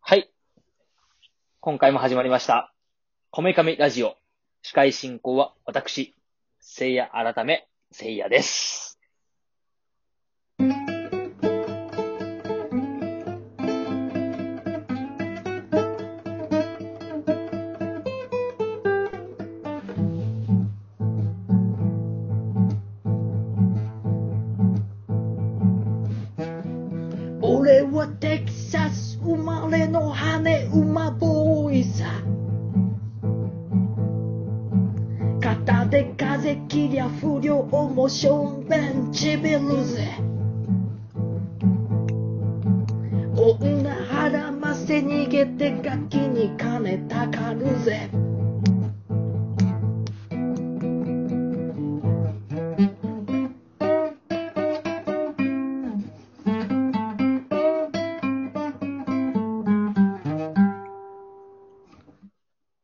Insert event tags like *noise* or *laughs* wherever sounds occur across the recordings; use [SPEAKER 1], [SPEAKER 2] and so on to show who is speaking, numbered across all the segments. [SPEAKER 1] はい。今回も始まりました。こめかみラジオ。司会進行は私、せいや改め、せいやです。
[SPEAKER 2] 俺はテキサス生まれの羽馬ボーイさ肩で風切りゃ不良もションベンちびるぜ女腹ませ逃げてガキに金たかるぜ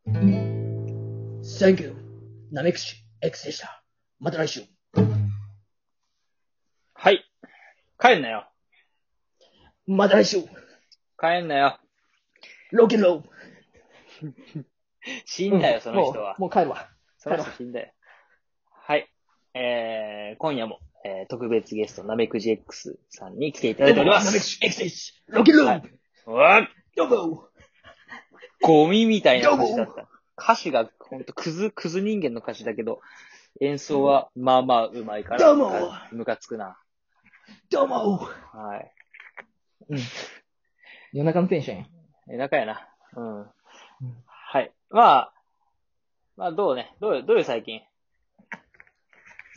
[SPEAKER 2] センキューナメクシ X でしたまた来週
[SPEAKER 1] はい。帰んなよ。
[SPEAKER 2] また来週
[SPEAKER 1] 帰んなよ。
[SPEAKER 2] ロケロ
[SPEAKER 1] 死
[SPEAKER 2] い
[SPEAKER 1] んだよ、その人は。
[SPEAKER 2] もう帰るわ
[SPEAKER 1] その人死んだよ。はい。えー、今夜も、えー、特別ゲスト、なめくじ X さんに来ていただいておりま
[SPEAKER 2] ナメク
[SPEAKER 1] す。
[SPEAKER 2] シ X ですロケロ
[SPEAKER 1] はいおわ
[SPEAKER 2] どうも
[SPEAKER 1] ゴミみたいな歌詞だった。歌詞がほんとクズ、クズ人間の歌詞だけど、演奏はまあまあうまいから、
[SPEAKER 2] どうも
[SPEAKER 1] ムカつくな。
[SPEAKER 2] どうも
[SPEAKER 1] はい。
[SPEAKER 2] 夜中のテンションや。
[SPEAKER 1] え、仲やな。うん
[SPEAKER 2] ん。
[SPEAKER 1] はい。まあ、まあどうね。どうよ、どうよ最近。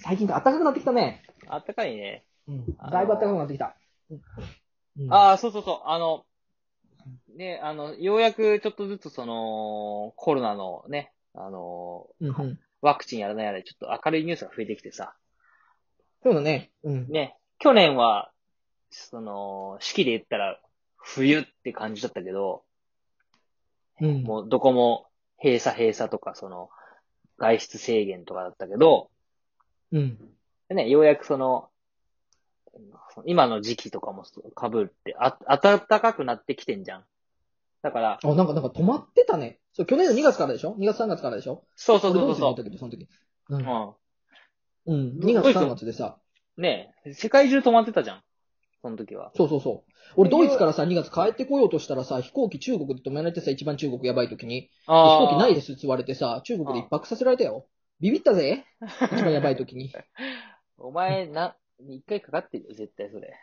[SPEAKER 2] 最近暖かくなってきたね。
[SPEAKER 1] あったかいね。
[SPEAKER 2] うん
[SPEAKER 1] あの
[SPEAKER 2] だいぶ暖かくなってきた。うん
[SPEAKER 1] ああ、そうそうそう。あの、ね、あの、ようやくちょっとずつその、コロナのね、あの、
[SPEAKER 2] うんうん
[SPEAKER 1] ワクチンやらないやらでちょっと明るいニュースが増えてきてさ。
[SPEAKER 2] そうだね。うん。
[SPEAKER 1] ね、去年は、その、四季で言ったら、冬って感じだったけど、
[SPEAKER 2] うん
[SPEAKER 1] もうどこも閉鎖閉鎖とか、その、外出制限とかだったけど、
[SPEAKER 2] うん。
[SPEAKER 1] でね、ようやくその、今の時期とかも被るって、あ、暖かくなってきてんじゃん。だから、
[SPEAKER 2] あ、なんか、なんか止まってたね。そう、去年の2月からでしょ ?2 月3月からでしょ
[SPEAKER 1] そうそうそう
[SPEAKER 2] 俺
[SPEAKER 1] そ
[SPEAKER 2] ドイツにいたけど、その時。
[SPEAKER 1] う。
[SPEAKER 2] う。
[SPEAKER 1] うんん。
[SPEAKER 2] うん。
[SPEAKER 1] ド
[SPEAKER 2] 2月
[SPEAKER 1] ドイツ
[SPEAKER 2] 3月でさ。
[SPEAKER 1] ねえ世界中止まってたじゃん。その時は。
[SPEAKER 2] そうそうそう。俺、ドイツからさ、2月帰ってこようとしたらさ、飛行機中国で止められてさ、一番中国やばい時に。飛
[SPEAKER 1] あ
[SPEAKER 2] 行機ない
[SPEAKER 1] で
[SPEAKER 2] ですって言われてさ、中国で一泊させられたよ。ビビったぜ。一番やばい時に。
[SPEAKER 1] お前、な、一回かかってるよ、絶対それ。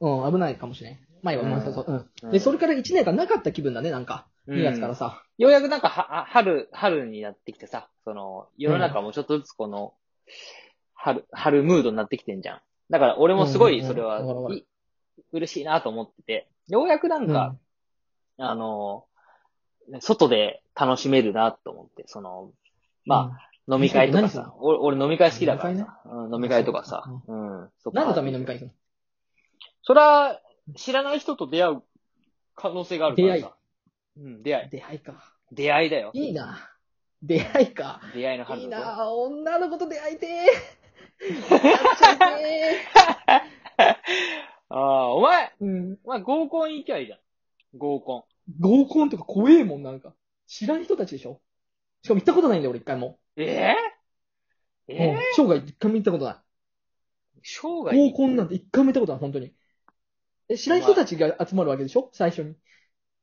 [SPEAKER 2] うん、危ないかもしれん。前は思いさそう。うん。
[SPEAKER 1] うん
[SPEAKER 2] で、それから1年間なかった気分だね、なんか。
[SPEAKER 1] うん
[SPEAKER 2] 2月からさ。
[SPEAKER 1] ようやくなんかは、は春、春になってきてさ、その、世の中もちょっとずつこの、春、春ムードになってきてんじゃん。だから俺もすご
[SPEAKER 2] うん
[SPEAKER 1] い
[SPEAKER 2] うん
[SPEAKER 1] それは、
[SPEAKER 2] わかるわかる
[SPEAKER 1] い嬉しいなと思ってて、ようやくなん
[SPEAKER 2] う
[SPEAKER 1] か、あの、外で楽しめるなと思って、その、ま
[SPEAKER 2] あ、
[SPEAKER 1] あ、飲み会とか
[SPEAKER 2] 何
[SPEAKER 1] さ、俺俺飲み会好きだから
[SPEAKER 2] 飲み
[SPEAKER 1] さ、うん飲み会とかさ、うん、そっか
[SPEAKER 2] 何のために飲み会行く
[SPEAKER 1] そら、知らない人と出会う可能性があるから
[SPEAKER 2] 出会
[SPEAKER 1] さ。うん、出会
[SPEAKER 2] の
[SPEAKER 1] い。
[SPEAKER 2] 出会いか。
[SPEAKER 1] 出会いだよ。
[SPEAKER 2] いいな。出会いか。
[SPEAKER 1] 出会いの春
[SPEAKER 2] いい
[SPEAKER 1] だぞ
[SPEAKER 2] な女の子と出会いてー。やっちゃ
[SPEAKER 1] *laughs*
[SPEAKER 2] いて
[SPEAKER 1] *laughs* ああ、お前、
[SPEAKER 2] ー。うん。
[SPEAKER 1] お前合コン行きゃいいじゃん。合コン。
[SPEAKER 2] 合コンとか怖えもん、なんか。知らん人たちでしょしかも行ったことないんだよ、俺一回も。
[SPEAKER 1] えええ
[SPEAKER 2] うん
[SPEAKER 1] え
[SPEAKER 2] 生涯一回も行ったことない。
[SPEAKER 1] 生涯
[SPEAKER 2] 合コンなんて一回も行ったことない、本当に。え、知らん人たちが集まるわけでしょ最初に。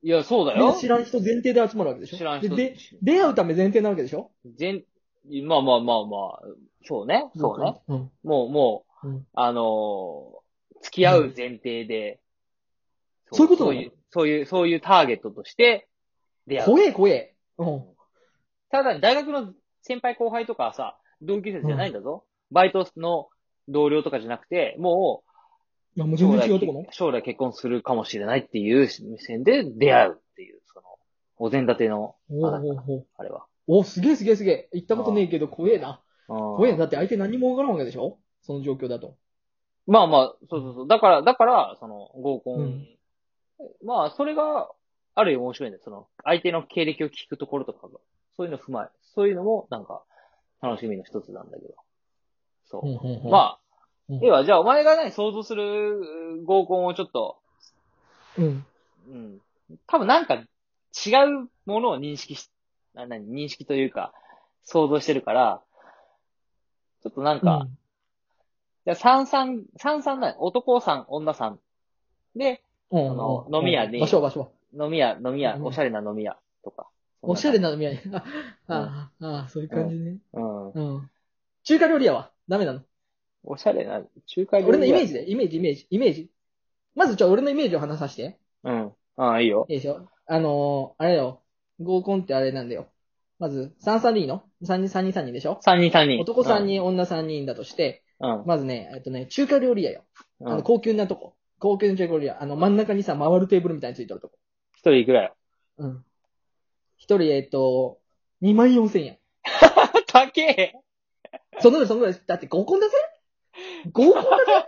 [SPEAKER 1] いや、そうだ
[SPEAKER 2] みんな
[SPEAKER 1] よ。
[SPEAKER 2] 知らん人前提で集まるわけでしょ
[SPEAKER 1] 知らん人。
[SPEAKER 2] で、で出会うため前提なわけでしょ
[SPEAKER 1] 全、まあまあまあまあ、そうね。そうね。。
[SPEAKER 2] うん。
[SPEAKER 1] もう、もう、
[SPEAKER 2] うん
[SPEAKER 1] あのー付き合う前提で、
[SPEAKER 2] うんそういうことなの
[SPEAKER 1] そういう、そういう、そういうターゲットとして出会う。
[SPEAKER 2] 怖え怖え。うん。
[SPEAKER 1] ただ、大学の先輩後輩とかさ、同級生じゃないんだぞ。バイトの同僚とかじゃなくて、もう、
[SPEAKER 2] いや、もう全
[SPEAKER 1] 将
[SPEAKER 2] 然
[SPEAKER 1] 来
[SPEAKER 2] 違うとこの
[SPEAKER 1] 将来結婚するかもしれないっていう目線で出会うっていう、その、お膳立ての、
[SPEAKER 2] おうおうおう
[SPEAKER 1] あれは。
[SPEAKER 2] おうすげえすげえすげえ。行ったことねえけど怖えな。怖えな。
[SPEAKER 1] うん
[SPEAKER 2] だって相手何もわからんわけでしょその状況だと。
[SPEAKER 1] まあまあ、そうそうそう。だから、だから、その、合コン。
[SPEAKER 2] うん
[SPEAKER 1] まあ、それが、ある意味面白いんだよ。その、相手の経歴を聞くところとかが。そういうの踏まえ、そういうのも、なんか、楽しみの一つなんだけど。そう。
[SPEAKER 2] あ、
[SPEAKER 1] まあ、
[SPEAKER 2] うん
[SPEAKER 1] では、じゃあ、お前がね、想像する合コンをちょっと、
[SPEAKER 2] うん。
[SPEAKER 1] うん、多分なんか違うものを認識し、な、な認識というか、想像してるから、ちょっとなんか、いや三三、三三だよ。男三、女三。で、
[SPEAKER 2] うん。
[SPEAKER 1] あの
[SPEAKER 2] うん
[SPEAKER 1] 飲み屋で
[SPEAKER 2] 場所場所。
[SPEAKER 1] 飲み屋、飲み屋、
[SPEAKER 2] うん
[SPEAKER 1] おしゃれな飲み屋とか。
[SPEAKER 2] おしゃれ
[SPEAKER 1] な。
[SPEAKER 2] な
[SPEAKER 1] *laughs*
[SPEAKER 2] 飲み屋に。あ、あ、あ、そういう感じね。
[SPEAKER 1] うん。
[SPEAKER 2] うん。中華料理屋はダメなの
[SPEAKER 1] おしゃれな、中華料理
[SPEAKER 2] 俺のイメー
[SPEAKER 1] ジ。
[SPEAKER 2] ジで、イメージ、イメージ、イメージ。まず、ちょ、俺のイメージを話させて。
[SPEAKER 1] うん。ああ、いいよ。
[SPEAKER 2] いいでしょあのー、あれだよ。合コンってあれなんだよ。まず、33でいいの ?3 人、3人、3人でしょ
[SPEAKER 1] 三人三人。
[SPEAKER 2] 男3人、女3人だとして、
[SPEAKER 1] うん。うん。
[SPEAKER 2] まずね、えっとね、中華料理屋よ。あ
[SPEAKER 1] う
[SPEAKER 2] の、
[SPEAKER 1] ん
[SPEAKER 2] 高級なとこ。高級な中華料理屋。あの、真ん中にさ、回るテーブルみたいについてるとこ。
[SPEAKER 1] 一人いく *laughs* らよ。
[SPEAKER 2] うん。一人、えっと、2万4千円。
[SPEAKER 1] 高え
[SPEAKER 2] そのぐらい、そのぐらい。だって合コンだぜ合コンだぜ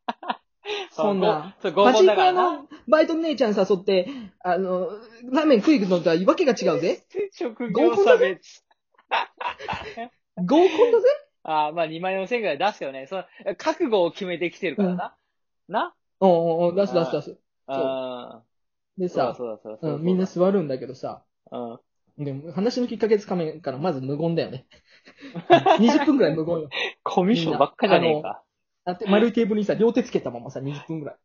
[SPEAKER 1] *laughs*
[SPEAKER 2] そんな。
[SPEAKER 1] そう、合
[SPEAKER 2] パ
[SPEAKER 1] コ
[SPEAKER 2] チ
[SPEAKER 1] ン
[SPEAKER 2] ン
[SPEAKER 1] だ
[SPEAKER 2] コ
[SPEAKER 1] から
[SPEAKER 2] 屋
[SPEAKER 1] な。
[SPEAKER 2] のバイトの姉ちゃん誘って、あの、ラーメン食い行くのとはわけが違うぜ。
[SPEAKER 1] 職業差別。
[SPEAKER 2] 合コンだぜ
[SPEAKER 1] ああ、まあ2万4千円ぐらい出すよね。その覚悟を決めてきてるからな。な
[SPEAKER 2] おうんうん、出す出す出す。
[SPEAKER 1] ああ。
[SPEAKER 2] で
[SPEAKER 1] そうだ
[SPEAKER 2] さ、
[SPEAKER 1] そうだそうだそうだ。
[SPEAKER 2] うん、みんな座るんだけどさ、
[SPEAKER 1] うん。
[SPEAKER 2] でも話のきっかけつかめんから、まず無言だ
[SPEAKER 1] *laughs*
[SPEAKER 2] よね。20分くらい無言よ。
[SPEAKER 1] コミッションばっかじゃねえか。
[SPEAKER 2] だって丸いテーブルにさ、両手つけたままさ、20分くらい。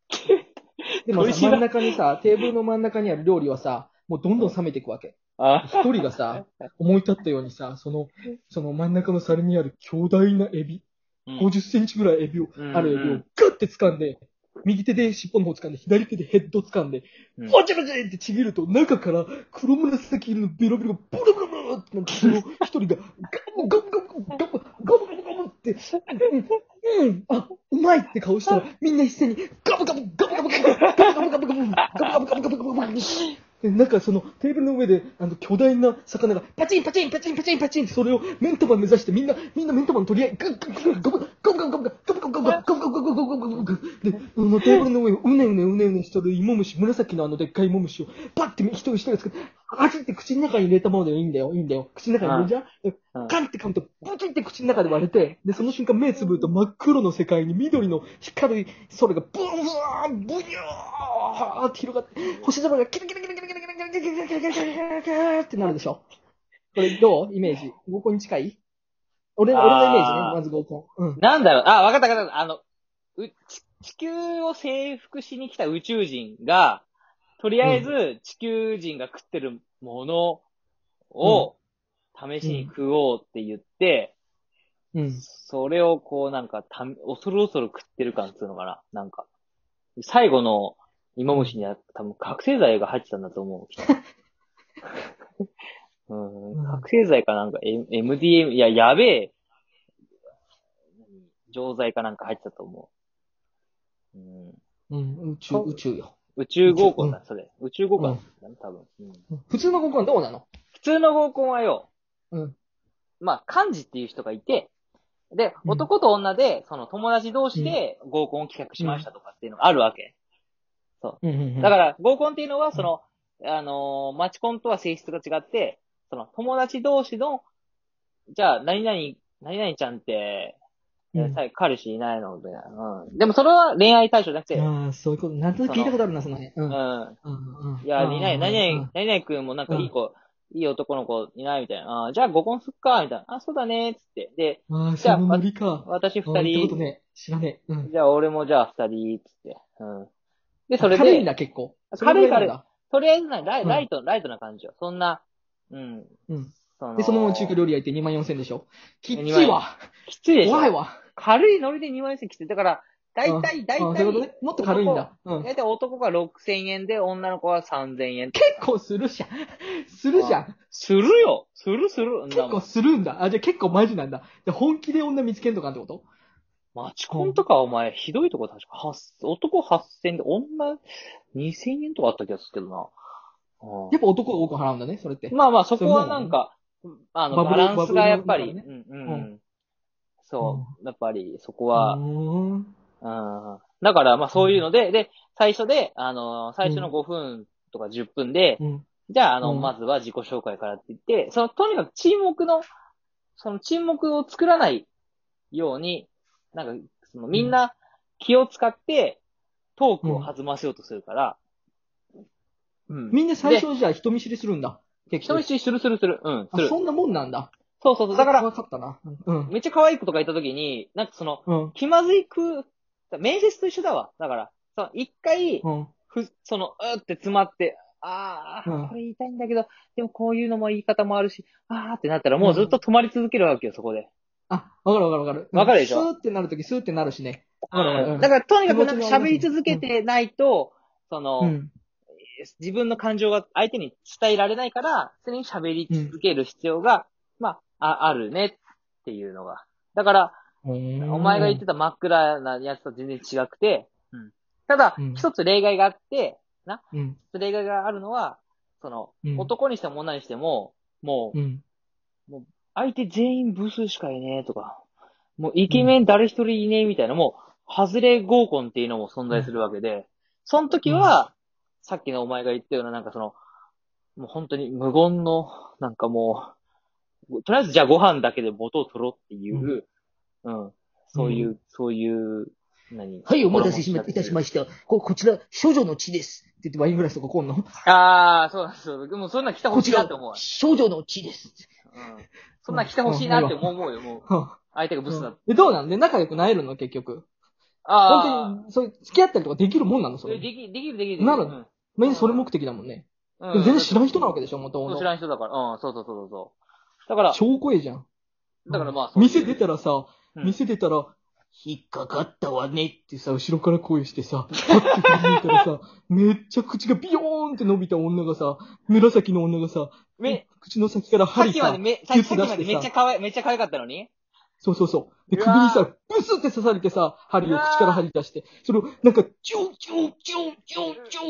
[SPEAKER 2] でも
[SPEAKER 1] 美
[SPEAKER 2] さ、
[SPEAKER 1] 味しいな
[SPEAKER 2] 真ん中にさ、テーブルの真ん中にある料理はさ、もうどんどん冷めていくわけ。
[SPEAKER 1] あ
[SPEAKER 2] 一人がさ、思い立ったようにさ、その、その真ん中の皿にある巨大なエビ、
[SPEAKER 1] うん
[SPEAKER 2] 50センチぐらいエビを、
[SPEAKER 1] うん
[SPEAKER 2] あるエビをグッて掴んで、右手で尻尾の方掴んで、左手でヘッド掴んで、
[SPEAKER 1] うん
[SPEAKER 2] ポチポチってちぎると、中から黒紫色のベロベロがブルブルブルってなって、それを一人がガムガムガムガムガムガムガムって、うん、うん、あ、うまいって顔したら、みんな一斉にガムガムガムガムガムガムガムガムガムガムガムガムガムガムガムガムガムでなんかそのテーブルの上であの巨大な魚がパチンパチンパチンパチンパチンってそれをメントマン目指してみんなみんなメントマン取り合いガンガンガンガンガンガンガンガンガンガンガンガンガンガンガンガンガンガンであのテーブルの上をうねうねうねうねしてる芋虫紫のあのでっかい芋虫をパッて一人一人が作ってあちって口の中に入れたものでいいんだよいいんだよ口の中に入れるじゃんで
[SPEAKER 1] うん
[SPEAKER 2] カンって噛むとブチって口の中で割れてでその瞬間目つぶると真っ黒の世界に緑の光る空がブワーンブニャーって広がって星空がキラキラキラキラキラキラキラキラキラキラキラキラキラキラってなるでしょ。これどうイメージ。合コンに近い俺の、俺のイメージね。まず合コン。うん。
[SPEAKER 1] なんだろう、あ、わかったわかった。あの、う、ち地球を征服しに来た宇宙人が、とりあえず地球人が食ってるものを試しに食おうって言って、
[SPEAKER 2] うん。
[SPEAKER 1] それをこうなんかた、恐る恐る食ってる感っていうのかななんか。最後の芋虫には多分覚醒剤が入ってたんだと思う。うん、覚醒剤かなんか、M、MDM、いや、やべえ、錠剤かなんか入ってたと思う。うん、
[SPEAKER 2] うん。宇宙、宇宙よ。
[SPEAKER 1] 宇宙合コンだ、それ。宇宙合コンだ、ね、多分、うん。
[SPEAKER 2] 普通の合コンはどうなの
[SPEAKER 1] 普通の合コンはよ、
[SPEAKER 2] うん。
[SPEAKER 1] まあ、幹事っていう人がいて、で、
[SPEAKER 2] うん
[SPEAKER 1] 男と女で、その友達同士で合コンを企画しましたとかっていうのがあるわけ。
[SPEAKER 2] うんうんう
[SPEAKER 1] だ
[SPEAKER 2] ん。、
[SPEAKER 1] からら、合コンっていうのは、その、あのー、マチコンとは性質が違って、その友達同士の、じゃあ、何々、何々ちゃんって、
[SPEAKER 2] うん
[SPEAKER 1] さ彼氏いないのみたいな。うん。でもそれは恋愛対象じゃなくて、うん。
[SPEAKER 2] ああ、そういうこと。なんとなく聞いたことあるな、その辺。うん。うんうん
[SPEAKER 1] いや、いない、何々、何々くんもなんかいい子、いい男の子いないみたいな。あーじゃあ合コンすっか、みたいな。あ、そうだね、つって。で、
[SPEAKER 2] ああ、
[SPEAKER 1] じゃあ
[SPEAKER 2] そのノリか。
[SPEAKER 1] 私
[SPEAKER 2] あ
[SPEAKER 1] 二
[SPEAKER 2] あ行った
[SPEAKER 1] 人、
[SPEAKER 2] ことねえ。知らねえ。うん。
[SPEAKER 1] じゃあ俺もじゃあ二人、つって。うん。で、それ
[SPEAKER 2] 軽いん
[SPEAKER 1] で、
[SPEAKER 2] だ、結構。
[SPEAKER 1] 軽い
[SPEAKER 2] それぐらなんだ
[SPEAKER 1] とりあえずなライ
[SPEAKER 2] うん
[SPEAKER 1] ライト、ライトな感じよ。そんな、うん。
[SPEAKER 2] うん。
[SPEAKER 1] その
[SPEAKER 2] で、そのまま中華料理屋行って2万4千でしょ。きっち
[SPEAKER 1] 2
[SPEAKER 2] い
[SPEAKER 1] 万
[SPEAKER 2] わ。
[SPEAKER 1] きついでしょ
[SPEAKER 2] 怖いわ。
[SPEAKER 1] 軽いノリで2万1000来て、だから、だいたい、だい
[SPEAKER 2] うん
[SPEAKER 1] た
[SPEAKER 2] そう
[SPEAKER 1] い、
[SPEAKER 2] いうことね。もっと軽いんだ。うん。
[SPEAKER 1] だいたい男が6000円で、女の子は3000円。
[SPEAKER 2] 結構するじゃん。するじゃん。
[SPEAKER 1] するよするする
[SPEAKER 2] 結構するんだ。あ、じゃあ結構マジなんだ。で本気で女見つけんとかんってこと
[SPEAKER 1] マチコンとかお前、ひどいとこ確か、はっ男8000円で、女2000円とかあった気がするけどな。うん
[SPEAKER 2] やっぱ男が多く払うんだね、それって。
[SPEAKER 1] まあまあ、そこはなんか、あの、
[SPEAKER 2] バブ
[SPEAKER 1] バ
[SPEAKER 2] ル
[SPEAKER 1] ランスがやっぱり、
[SPEAKER 2] バブル
[SPEAKER 1] うんうん
[SPEAKER 2] う
[SPEAKER 1] うん。そう、やっぱり、そこは、
[SPEAKER 2] うーん
[SPEAKER 1] うんだから、まあそういうので、で、最初で、あのー最初の5分とか10分で、
[SPEAKER 2] うん。
[SPEAKER 1] じゃあ、あの、
[SPEAKER 2] うん
[SPEAKER 1] まずは自己紹介からって言って、その、とにかく沈黙の、その沈黙を作らないように、なんか、そのみんな気を使ってトークを弾ませようとするから、うん。
[SPEAKER 2] みんな最初じゃあ人見知りするんだ。結
[SPEAKER 1] 人
[SPEAKER 2] 構
[SPEAKER 1] 見知りするするする。うん、す
[SPEAKER 2] あ、
[SPEAKER 1] る。
[SPEAKER 2] そんなもんなんだ。
[SPEAKER 1] そうそうそう。だから、
[SPEAKER 2] 分かったな。うん。
[SPEAKER 1] めっちゃ可愛い子とかいた時に、なんかその、
[SPEAKER 2] うん。
[SPEAKER 1] 気まずいく、面接と一緒だわ。だから、その一回、
[SPEAKER 2] うん。
[SPEAKER 1] ふ、その、うーって詰まって、あ
[SPEAKER 2] うん
[SPEAKER 1] ー、これ言いたいんだけど、でもこういうのも言い方もあるし、あーってなったらもうずっと止まり続けるわけよ、そこで。
[SPEAKER 2] あ、わかるわかるわかる。
[SPEAKER 1] わかるでしょ
[SPEAKER 2] スーってなるとき、スーってなるしね。
[SPEAKER 1] だ
[SPEAKER 2] るわかるうん
[SPEAKER 1] から、とにかくなんか喋り続けてないと、その、
[SPEAKER 2] うん。
[SPEAKER 1] 自分の感情が相手に伝えられないから、常に喋り続ける必要が、まあ、あ、あるねっていうのが。だから、
[SPEAKER 2] お
[SPEAKER 1] お前が言ってた真っ暗なやつと全然違くて、ただ
[SPEAKER 2] うん、
[SPEAKER 1] 一つ例外があって、
[SPEAKER 2] うん。
[SPEAKER 1] 例外があるのは、その、
[SPEAKER 2] うん
[SPEAKER 1] 男にしても女にしても、もう、
[SPEAKER 2] うん。
[SPEAKER 1] 相手全員ブスしかいねえとか、もうイケメン誰一人いねえみたいな、もう、外れ合コンっていうのも存在するわけで、その時は、さっきのお前が言ったような、なんかその、もう本当に無言の、なんかもう、とりあえずじゃあご飯だけで元を取ろうっていう、うん、そういう、そういう、何
[SPEAKER 2] はい、お待たせしま、いたしました。こ、こちら、少女の血です。って言ってワイングラスとか来
[SPEAKER 1] *laughs*
[SPEAKER 2] んの
[SPEAKER 1] ああ、そうなんですよ。でもそんなん来てほ
[SPEAKER 2] こ
[SPEAKER 1] し
[SPEAKER 2] ち
[SPEAKER 1] いな
[SPEAKER 2] ら
[SPEAKER 1] って思うわ、。
[SPEAKER 2] 少女の血です。
[SPEAKER 1] うん。そんなん来てほしいなって思うよ、もう。
[SPEAKER 2] は
[SPEAKER 1] 相手が
[SPEAKER 2] あ
[SPEAKER 1] ブスだって。
[SPEAKER 2] え、どうなんで仲良くなれるの結局。
[SPEAKER 1] ああ。
[SPEAKER 2] 本当に、そういう、付き合ったりとかできるもんなのそ
[SPEAKER 1] え
[SPEAKER 2] れ。
[SPEAKER 1] でき、できる、できる。
[SPEAKER 2] なる
[SPEAKER 1] うん
[SPEAKER 2] メインそれ目的だもんね。
[SPEAKER 1] うん
[SPEAKER 2] でも全然知らん人なわけ
[SPEAKER 1] で
[SPEAKER 2] でしょ、元々
[SPEAKER 1] 知らん人だから。うん、そうそうそうそうそう。だから、
[SPEAKER 2] 証拠えじゃん。
[SPEAKER 1] だからまあそういう
[SPEAKER 2] 店出たらさ、
[SPEAKER 1] うん
[SPEAKER 2] 店出たら、引っかかったわねってさ、後ろから声してさ、パッて振り向いたらさ、 *laughs* めっちゃ口がビヨーンって伸びた女がさ、紫の女がさ、
[SPEAKER 1] め、
[SPEAKER 2] 口の先から
[SPEAKER 1] さっ
[SPEAKER 2] 針
[SPEAKER 1] きま
[SPEAKER 2] さ
[SPEAKER 1] で、め、さ
[SPEAKER 2] キュ
[SPEAKER 1] っ
[SPEAKER 2] ッて
[SPEAKER 1] き
[SPEAKER 2] 出してさ
[SPEAKER 1] までめっちゃ可愛い、めっちゃ可愛かったのに
[SPEAKER 2] そうそうそう。で、
[SPEAKER 1] うわ
[SPEAKER 2] 首
[SPEAKER 1] ー
[SPEAKER 2] にさ、ブスって刺されてさ、針を口から針出して、それをなんか、チュンチュンチュンチュンチュン